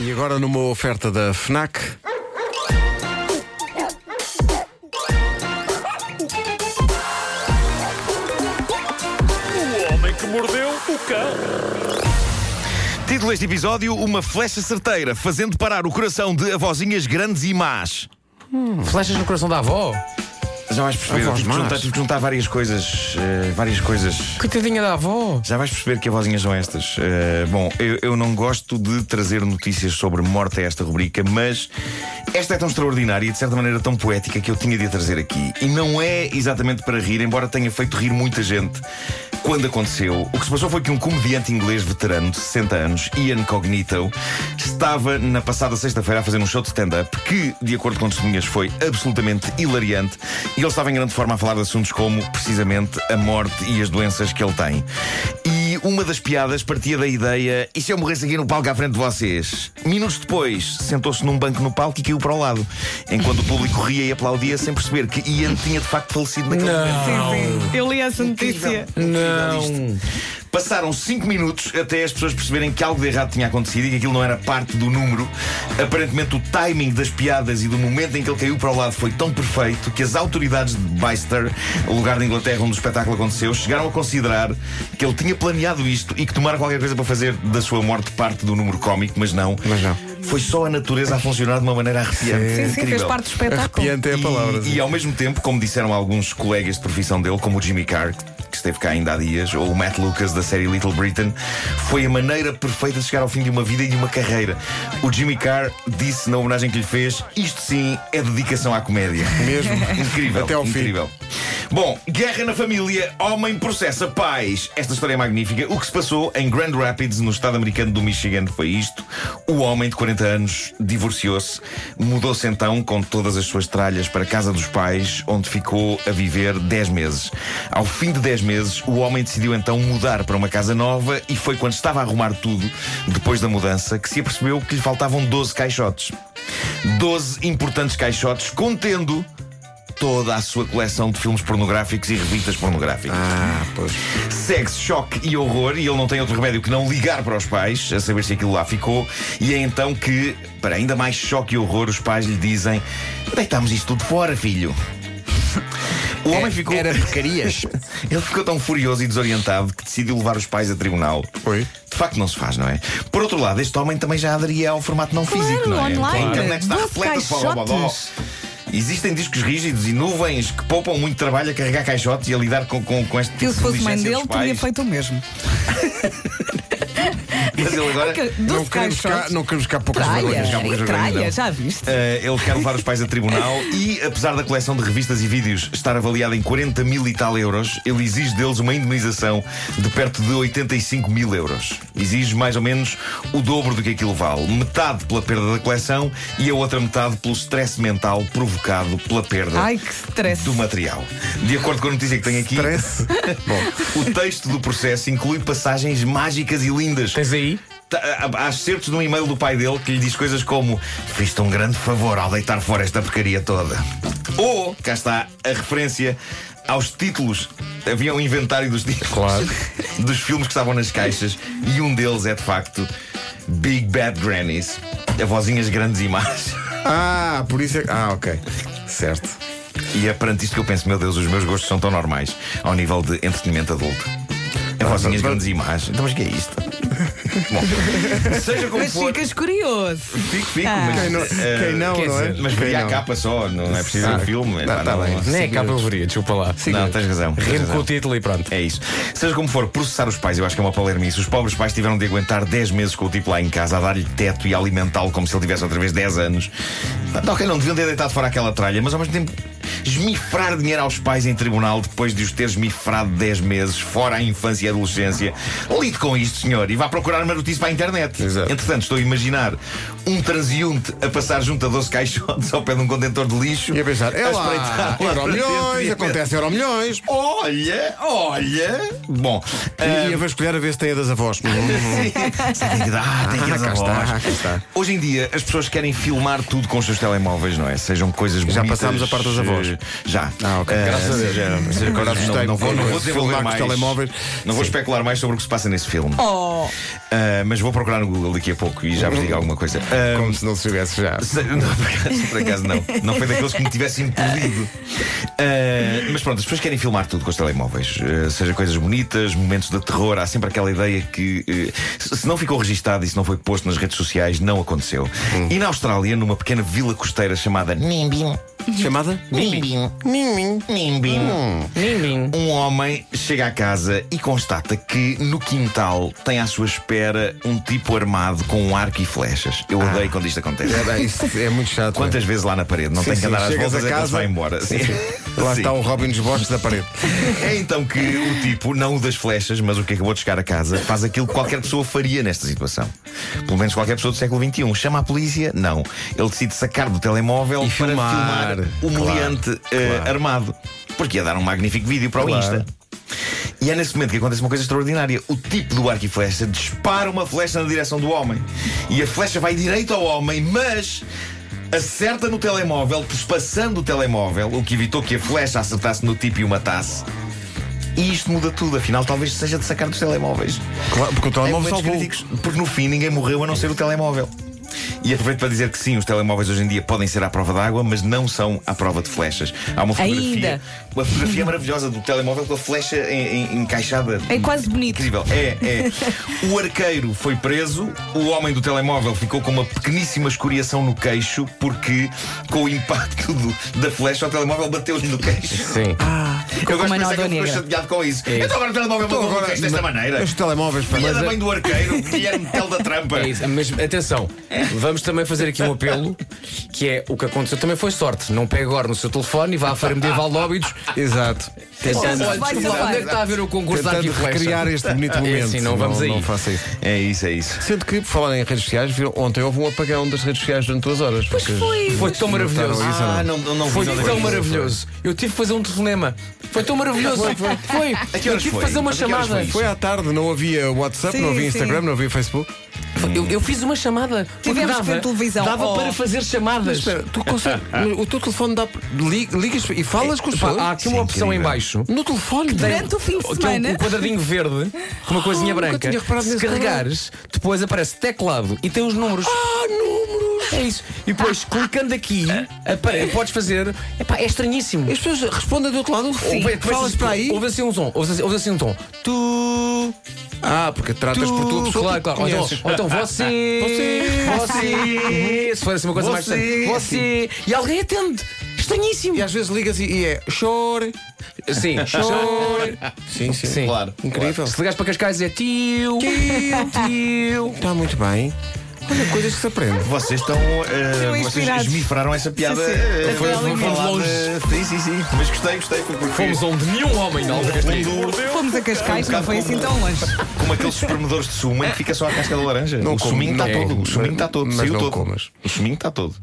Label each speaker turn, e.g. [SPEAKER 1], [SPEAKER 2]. [SPEAKER 1] E agora numa oferta da FNAC.
[SPEAKER 2] Ah,
[SPEAKER 3] O homem que mordeu o cão.
[SPEAKER 2] Título deste episódio: Uma flecha certeira, fazendo parar o coração de avózinhas grandes e más.
[SPEAKER 4] Flechas no coração da avó?
[SPEAKER 2] Já vais perceber,
[SPEAKER 1] Avós
[SPEAKER 2] tive que, tipo,
[SPEAKER 1] más.
[SPEAKER 2] juntar, tive que juntar várias coisas. eh, várias coisas.
[SPEAKER 4] Coitadinha da avó.
[SPEAKER 2] Já vais perceber que avózinhas são estas. Eh, bom, eu, eu não gosto de trazer notícias sobre morte a esta rubrica, mas esta é tão extraordinária e de certa maneira tão poética que eu tinha de a trazer aqui. E não é exatamente para rir, embora tenha feito rir muita gente. Quando aconteceu, o que se passou foi que um comediante inglês veterano de 60 anos, Ian Cognito, estava na passada sexta-feira a fazer um show de stand-up que, de acordo com testemunhas, foi absolutamente hilariante e ele estava em grande forma a falar de assuntos como, precisamente, a morte e as doenças que ele tem. E uma das piadas partia da ideia: e se eu morresse aqui no palco à frente de vocês? Minutos depois, sentou-se num banco no palco e caiu para o lado, enquanto o público ria e aplaudia sem perceber que Ian tinha de facto falecido naquele momento.
[SPEAKER 5] Eu li
[SPEAKER 2] É
[SPEAKER 5] essa notícia.
[SPEAKER 2] Não. Passaram 5 minutos até as pessoas perceberem que algo de errado tinha acontecido e que aquilo não era parte do número. Aparentemente, o timing das piadas e do momento em que ele caiu para o lado foi tão perfeito que as autoridades de Bicester, o lugar da Inglaterra onde o espetáculo aconteceu, chegaram a considerar que ele tinha planeado isto e que tomara qualquer coisa para fazer da sua morte parte do número cómico, mas não.
[SPEAKER 1] Mas não.
[SPEAKER 2] Foi só a natureza a funcionar de uma maneira arrepiante.
[SPEAKER 5] Sim, sim, fez
[SPEAKER 2] Incrível.
[SPEAKER 5] parte do espetáculo.
[SPEAKER 1] Arrepiante é a
[SPEAKER 2] E-
[SPEAKER 1] palavra.
[SPEAKER 2] tá E, ao mesmo tempo, como disseram alguns colegas de profissão dele, como o Jimmy Carr, que esteve cá ainda há dias, ou o Matt Lucas da série Little Britain, foi a maneira perfeita de chegar ao fim de uma vida e de uma carreira. O Jimmy Carr disse na homenagem que lhe fez: Isto sim é dedicação à comédia.
[SPEAKER 1] Mesmo.
[SPEAKER 2] incrível.
[SPEAKER 1] Até ao fim.
[SPEAKER 2] incrível. Bom, guerra na família, homem processa pais. Esta história é magnífica. O que se passou em Grand Rapids, no estado americano do Michigan, foi isto. O homem de 40 anos divorciou-se, mudou-se então com todas as suas tralhas para a casa dos pais, onde ficou a viver 10 meses. Ao fim de 10 meses, o homem decidiu então mudar para uma casa nova e foi quando estava a arrumar tudo, depois da mudança, que se apercebeu que lhe faltavam 12 caixotes. 12 importantes caixotes contendo toda a sua coleção de filmes pornográficos e revistas pornográficas.
[SPEAKER 1] Ah, pois.
[SPEAKER 2] Segue-se choque e horror, e ele não tem outro remédio que não ligar para os pais, a saber se aquilo lá ficou, e é então que, para ainda mais choque e horror, os pais lhe dizem: Deitámos isto tudo fora, filho. O homem ficou.
[SPEAKER 1] É, Era porcarias.
[SPEAKER 2] Ele ficou tão furioso e desorientado que decidiu levar os pais a tribunal.
[SPEAKER 1] Foi.
[SPEAKER 2] De facto, não se faz, não é? Por outro lado, este homem também já aderia ao formato não físico, não é?
[SPEAKER 5] online.
[SPEAKER 2] A internet está
[SPEAKER 5] Doze
[SPEAKER 2] repleta de forrobodó.
[SPEAKER 5] caixotes.
[SPEAKER 2] Existem discos rígidos e nuvens que poupam muito trabalho a carregar caixotes e a lidar com, com, com este tipo
[SPEAKER 5] Eu, se
[SPEAKER 2] de
[SPEAKER 5] fosse mãe
[SPEAKER 2] diligência
[SPEAKER 5] dele,
[SPEAKER 2] dos
[SPEAKER 5] teria
[SPEAKER 2] pais. Ah,
[SPEAKER 5] feito o mesmo.
[SPEAKER 2] Mas ele agora.
[SPEAKER 5] Porque
[SPEAKER 1] Não
[SPEAKER 5] 12
[SPEAKER 1] queremos, cá,
[SPEAKER 5] caixotes.
[SPEAKER 1] não queremos cá poucas vergonhas.
[SPEAKER 2] cá poucas
[SPEAKER 5] Tralha, tralha,
[SPEAKER 2] vergonhas, não.
[SPEAKER 5] já viste?
[SPEAKER 2] Eh, ele quer levar os pais a tribunal e, apesar da coleção de revistas e vídeos estar avaliada em 40 mil e tal euros, ele exige deles uma indemnização de perto de 85 mil euros. Exige mais ou menos o dobro do que aquilo vale. Metade pela perda da coleção e a outra metade pelo stress mental provocado pela perda
[SPEAKER 5] Ai, que stress.
[SPEAKER 2] do material. De acordo com a notícia que tem aqui,
[SPEAKER 1] Parece.
[SPEAKER 2] o texto do processo inclui passagens mágicas e lindas.
[SPEAKER 4] Tens aí?
[SPEAKER 2] Tá, há- Há certos num e-mail do pai dele que lhe diz coisas como: Fiz-te um grande favor ao deitar fora esta porcaria toda. Ou, cá está a referência aos títulos. Havia um inventário dos títulos
[SPEAKER 4] Claro.
[SPEAKER 2] dos filmes que estavam nas caixas e um deles é de facto Big Bad Grannies. Avozinhas grandes e más.
[SPEAKER 1] Ah, por isso é. Ah, ok. Certo.
[SPEAKER 2] E é perante isto que eu penso: Meu Deus, os meus gostos são tão normais ao nível de entretenimento adulto. Avozinhas
[SPEAKER 1] Ah,
[SPEAKER 2] grandes e más. Então, mas o que é isto? Bom, seja como
[SPEAKER 5] Mas
[SPEAKER 2] for.
[SPEAKER 5] ficas curioso.
[SPEAKER 2] Fico, fico,
[SPEAKER 5] Ah.
[SPEAKER 2] mas
[SPEAKER 1] Quem não,
[SPEAKER 2] eh,
[SPEAKER 1] quem não,
[SPEAKER 4] quer
[SPEAKER 1] não é?
[SPEAKER 4] dizer,
[SPEAKER 2] Mas
[SPEAKER 1] quem
[SPEAKER 2] veria a
[SPEAKER 1] não?
[SPEAKER 2] capa só, não é preciso
[SPEAKER 1] Ah,
[SPEAKER 2] um filme.
[SPEAKER 1] tá-
[SPEAKER 2] pá,
[SPEAKER 1] tá
[SPEAKER 2] não,
[SPEAKER 1] bem.
[SPEAKER 4] Nem é capa eu veria, desculpa lá.
[SPEAKER 2] Não, tens razão. tens
[SPEAKER 4] Rimo
[SPEAKER 2] razão.
[SPEAKER 4] com o título e pronto.
[SPEAKER 2] É isso. Seja como for, processar os pais, eu acho que é uma palermice. Os pobres pais tiveram de aguentar 10 meses com o tipo lá em casa, a dar-lhe teto e a alimentá-lo como se ele tivesse outra vez 10 anos. Portanto, Ok, não deviam ter deitado fora aquela tralha, mas ao mesmo tempo, esmifrar dinheiro aos pais em tribunal depois de os ter esmifrado 10 meses, fora a infância e a adolescência. Lide com isto, senhor, e vá procurar uma notícia para a internet.
[SPEAKER 1] Exato.
[SPEAKER 2] Entretanto, estou a imaginar um transeunte a passar junto a 12 caixotes ao pé de um contentor de lixo.
[SPEAKER 1] E a pensar, é lá,
[SPEAKER 2] espreitar lá
[SPEAKER 1] euro
[SPEAKER 2] para dentro e
[SPEAKER 1] milhões,
[SPEAKER 2] a
[SPEAKER 1] acontece euro milhões.
[SPEAKER 2] Olha, olha. Bom, eh,
[SPEAKER 1] E ia vasculhar a ver se tem a das avós. Hum,
[SPEAKER 2] tem que dar, tem que
[SPEAKER 1] Ah,
[SPEAKER 2] dar
[SPEAKER 1] cá
[SPEAKER 2] a voz.
[SPEAKER 1] está, cá está.
[SPEAKER 2] Hoje em dia as pessoas querem filmar tudo com os seus telemóveis, não é? Sejam coisas
[SPEAKER 1] Já
[SPEAKER 2] bonitas,
[SPEAKER 1] passámos a parte das
[SPEAKER 4] avós?
[SPEAKER 2] eh, Já.
[SPEAKER 1] Ah, ok.
[SPEAKER 2] Eh,
[SPEAKER 1] Graças a Deus.
[SPEAKER 2] seja- seja coisa- não-
[SPEAKER 1] Assustei-me
[SPEAKER 2] Não vou
[SPEAKER 1] com
[SPEAKER 2] não vou
[SPEAKER 1] esse
[SPEAKER 2] desenvolver
[SPEAKER 1] filmar com os
[SPEAKER 2] mais.
[SPEAKER 1] telemóveis.
[SPEAKER 2] Não vou especular mais sobre o que se passa nesse filme.
[SPEAKER 5] Oh,
[SPEAKER 2] Eh, Mas vou procurar no Google daqui a pouco e já vos digo alguma coisa. Eh,
[SPEAKER 1] Como se não se soubesse já.
[SPEAKER 2] se- Não, por acaso, por acaso não. Não foi daqueles que me tivessem impedido. Ah, mas pronto, as pessoas querem filmar tudo com os telemóveis. Ah, seja coisas bonitas, momentos de terror. Há sempre aquela ideia que eh, se se não ficou registado e se não foi posto nas redes sociais, não aconteceu.
[SPEAKER 1] Hum.
[SPEAKER 2] E na Austrália, numa pequena vila costeira chamada Nimbin,
[SPEAKER 1] Chamada?
[SPEAKER 2] Nimbin, Nimbin, Nimbin,
[SPEAKER 1] Hum.
[SPEAKER 2] um homem chega à casa e constata que no quintal tem à sua espera um tipo armado com um arco e flechas. Eu odeio quando isto acontece.
[SPEAKER 1] Era, isso é muito chato.
[SPEAKER 2] Quantas vezes lá na parede? Não
[SPEAKER 1] Ah. Sim,
[SPEAKER 2] tem que
[SPEAKER 1] sim,
[SPEAKER 2] andar às
[SPEAKER 1] chegas
[SPEAKER 2] voltas
[SPEAKER 1] a
[SPEAKER 2] é que ele se
[SPEAKER 1] casa.
[SPEAKER 2] vai embora. Sim.
[SPEAKER 1] Lá
[SPEAKER 2] Sim.
[SPEAKER 1] está um o Robin dos Bosques da parede.
[SPEAKER 2] É então que o tipo, não o das flechas, mas o que acabou de chegar a casa, faz aquilo que qualquer pessoa faria nesta situação. Pelo menos qualquer pessoa do século XXI. Chama a polícia? Não. Ele decide sacar do telemóvel
[SPEAKER 1] E
[SPEAKER 2] para
[SPEAKER 1] filmar.
[SPEAKER 2] filmar o
[SPEAKER 1] Claro,
[SPEAKER 2] meliante eh, armado. Porque ia dar um magnífico vídeo para o
[SPEAKER 1] Claro.
[SPEAKER 2] Insta. E é nesse momento que acontece uma coisa extraordinária. O tipo do arco e flecha dispara uma flecha na direção do homem. E a flecha vai direito ao homem, mas acerta no telemóvel, passando o telemóvel, o que evitou que a flecha acertasse no tipo e o matasse. E isto muda tudo, afinal, talvez seja de sacar dos telemóveis.
[SPEAKER 1] Claro, porque o
[SPEAKER 2] Em
[SPEAKER 1] telemóvel
[SPEAKER 2] momentos
[SPEAKER 1] salvou.
[SPEAKER 2] críticos, porque no fim ninguém morreu a não ser o telemóvel. E aproveito para dizer que sim, os telemóveis hoje em dia podem ser à prova d'água, mas não são à prova de flechas. Há uma fotografia.
[SPEAKER 5] Ainda.
[SPEAKER 2] Uma fotografia maravilhosa do telemóvel com a flecha em- em- encaixada.
[SPEAKER 5] é quase bonito.
[SPEAKER 2] Incrível, é, é. O arqueiro foi preso, o homem do telemóvel ficou com uma pequeníssima escoriação no queixo, porque com o impacto do- da flecha, o telemóvel bateu-lhe no queixo.
[SPEAKER 4] Sim.
[SPEAKER 2] Ah, Eu gosto
[SPEAKER 5] uma
[SPEAKER 2] de pensar que
[SPEAKER 5] nódoa
[SPEAKER 2] ele ficou
[SPEAKER 5] negra.
[SPEAKER 2] chateado com isso. Então agora o telemóvel
[SPEAKER 1] Então
[SPEAKER 2] bateu no
[SPEAKER 1] agora-
[SPEAKER 2] queixo desta maneira.
[SPEAKER 1] Os telemóveis, pá.
[SPEAKER 2] Filha da
[SPEAKER 4] a-
[SPEAKER 2] mãe do arqueiro, Guilherme Tel da Trampa.
[SPEAKER 4] É isso, mas atenção, vamos também fazer aqui um apelo que é o que aconteceu também foi sorte. Não pegue agora no seu telefone e vá à Feira Medieval Lóbidos.
[SPEAKER 1] Exato.
[SPEAKER 4] Tentando,
[SPEAKER 5] Olha, vai safar.
[SPEAKER 4] onde é que está a ver o concurso da
[SPEAKER 1] Tentando
[SPEAKER 4] arco e flecha?
[SPEAKER 1] recriar este bonito momento.
[SPEAKER 4] sim, não vamos aí.
[SPEAKER 1] É assim, Não faça isso.
[SPEAKER 2] É isso, é isso.
[SPEAKER 1] Sendo que, por falar em redes sociais, viram, ontem houve um apagão das redes sociais durante duas horas. Pois
[SPEAKER 5] Foi.
[SPEAKER 4] Foi tão maravilhoso. Ah,
[SPEAKER 1] Notaram isso ou
[SPEAKER 2] não, não, não
[SPEAKER 4] Foi
[SPEAKER 2] vi, não
[SPEAKER 4] tão
[SPEAKER 2] vi.
[SPEAKER 4] maravilhoso. Eu tive que fazer um telefonema. Foi tão maravilhoso. Foi.
[SPEAKER 2] A que
[SPEAKER 4] Eu
[SPEAKER 2] horas
[SPEAKER 4] tive que
[SPEAKER 2] foi?
[SPEAKER 4] fazer uma
[SPEAKER 2] Mas a que horas
[SPEAKER 4] chamada.
[SPEAKER 2] foi?
[SPEAKER 1] Foi à tarde, não havia WhatsApp,
[SPEAKER 5] Sim,
[SPEAKER 1] não havia
[SPEAKER 5] sim.
[SPEAKER 1] Instagram, não havia Facebook.
[SPEAKER 4] Eu, eu fiz uma chamada. porque
[SPEAKER 5] Tivemos que
[SPEAKER 4] dava,
[SPEAKER 5] ver televisão.
[SPEAKER 4] Dava
[SPEAKER 5] Oh.
[SPEAKER 4] para fazer chamadas.
[SPEAKER 1] Espera, tu consegues. o teu telefone dá. Ligas, ligas e falas com as
[SPEAKER 4] É, Pá,
[SPEAKER 1] pessoas.
[SPEAKER 4] há aqui uma
[SPEAKER 2] Sim,
[SPEAKER 4] opção
[SPEAKER 2] incrível.
[SPEAKER 4] em baixo.
[SPEAKER 1] No telefone,
[SPEAKER 5] Durante o fim
[SPEAKER 2] Então,
[SPEAKER 5] de
[SPEAKER 4] Que é um-
[SPEAKER 5] semana.
[SPEAKER 4] um quadradinho verde, com uma coisinha
[SPEAKER 1] Ah, nunca
[SPEAKER 4] branca.
[SPEAKER 1] tinha reparado
[SPEAKER 4] Se
[SPEAKER 1] nesse
[SPEAKER 4] carregares, depois aparece teclado e tem os números.
[SPEAKER 1] Ah, números!
[SPEAKER 4] É isso. E depois, clicando aqui, apare- podes fazer. Epá, é estranhíssimo.
[SPEAKER 1] As pessoas respondem do outro lado.
[SPEAKER 4] Ouve-
[SPEAKER 1] Tu falas para aí.
[SPEAKER 4] Ouve assim um som, ouve assim, ouve assim um tom. Tu.
[SPEAKER 1] Ah, porque tratas por tua pessoa. que
[SPEAKER 4] Claro, claro. Ou então,
[SPEAKER 1] conheces.
[SPEAKER 4] ou então você. Você. Se for assim uma coisa mais
[SPEAKER 1] Você.
[SPEAKER 4] estranha. Você. E alguém atende. Estranhíssimo.
[SPEAKER 1] E às vezes ligas e, e é chore.
[SPEAKER 4] Sim. Chore.
[SPEAKER 1] Sim, sim.
[SPEAKER 4] Sim.
[SPEAKER 2] Claro.
[SPEAKER 1] Incrível.
[SPEAKER 4] Se ligares para Cascais é tio.
[SPEAKER 1] Tio, tio. Está Tá muito bem. Olha, coisas que se aprende.
[SPEAKER 2] Vocês estão. eh,
[SPEAKER 5] Estão
[SPEAKER 2] vocês
[SPEAKER 5] inspirados.
[SPEAKER 2] esmifraram essa piada.
[SPEAKER 5] Sim, sim.
[SPEAKER 2] eh,
[SPEAKER 5] Até
[SPEAKER 2] foi-
[SPEAKER 5] ao
[SPEAKER 2] foi
[SPEAKER 5] limite.
[SPEAKER 2] falar de- Sim, sim, sim. Mas gostei, gostei. Foi porque
[SPEAKER 4] Fomos onde nenhum homem não
[SPEAKER 2] um
[SPEAKER 4] Castilho.
[SPEAKER 2] mundo
[SPEAKER 5] Fomos a Cascais,
[SPEAKER 2] Um bocado
[SPEAKER 5] não foi assim tão longe.
[SPEAKER 2] como aqueles espremedores de sumo em que fica só a casca da laranja.
[SPEAKER 1] Não
[SPEAKER 2] o
[SPEAKER 1] como,
[SPEAKER 2] suminho está
[SPEAKER 1] não
[SPEAKER 2] todo.
[SPEAKER 1] como.
[SPEAKER 2] O suminho está todo.
[SPEAKER 1] Mas
[SPEAKER 2] saiu
[SPEAKER 1] não
[SPEAKER 2] todo.
[SPEAKER 1] comas.
[SPEAKER 2] O suminho está todo.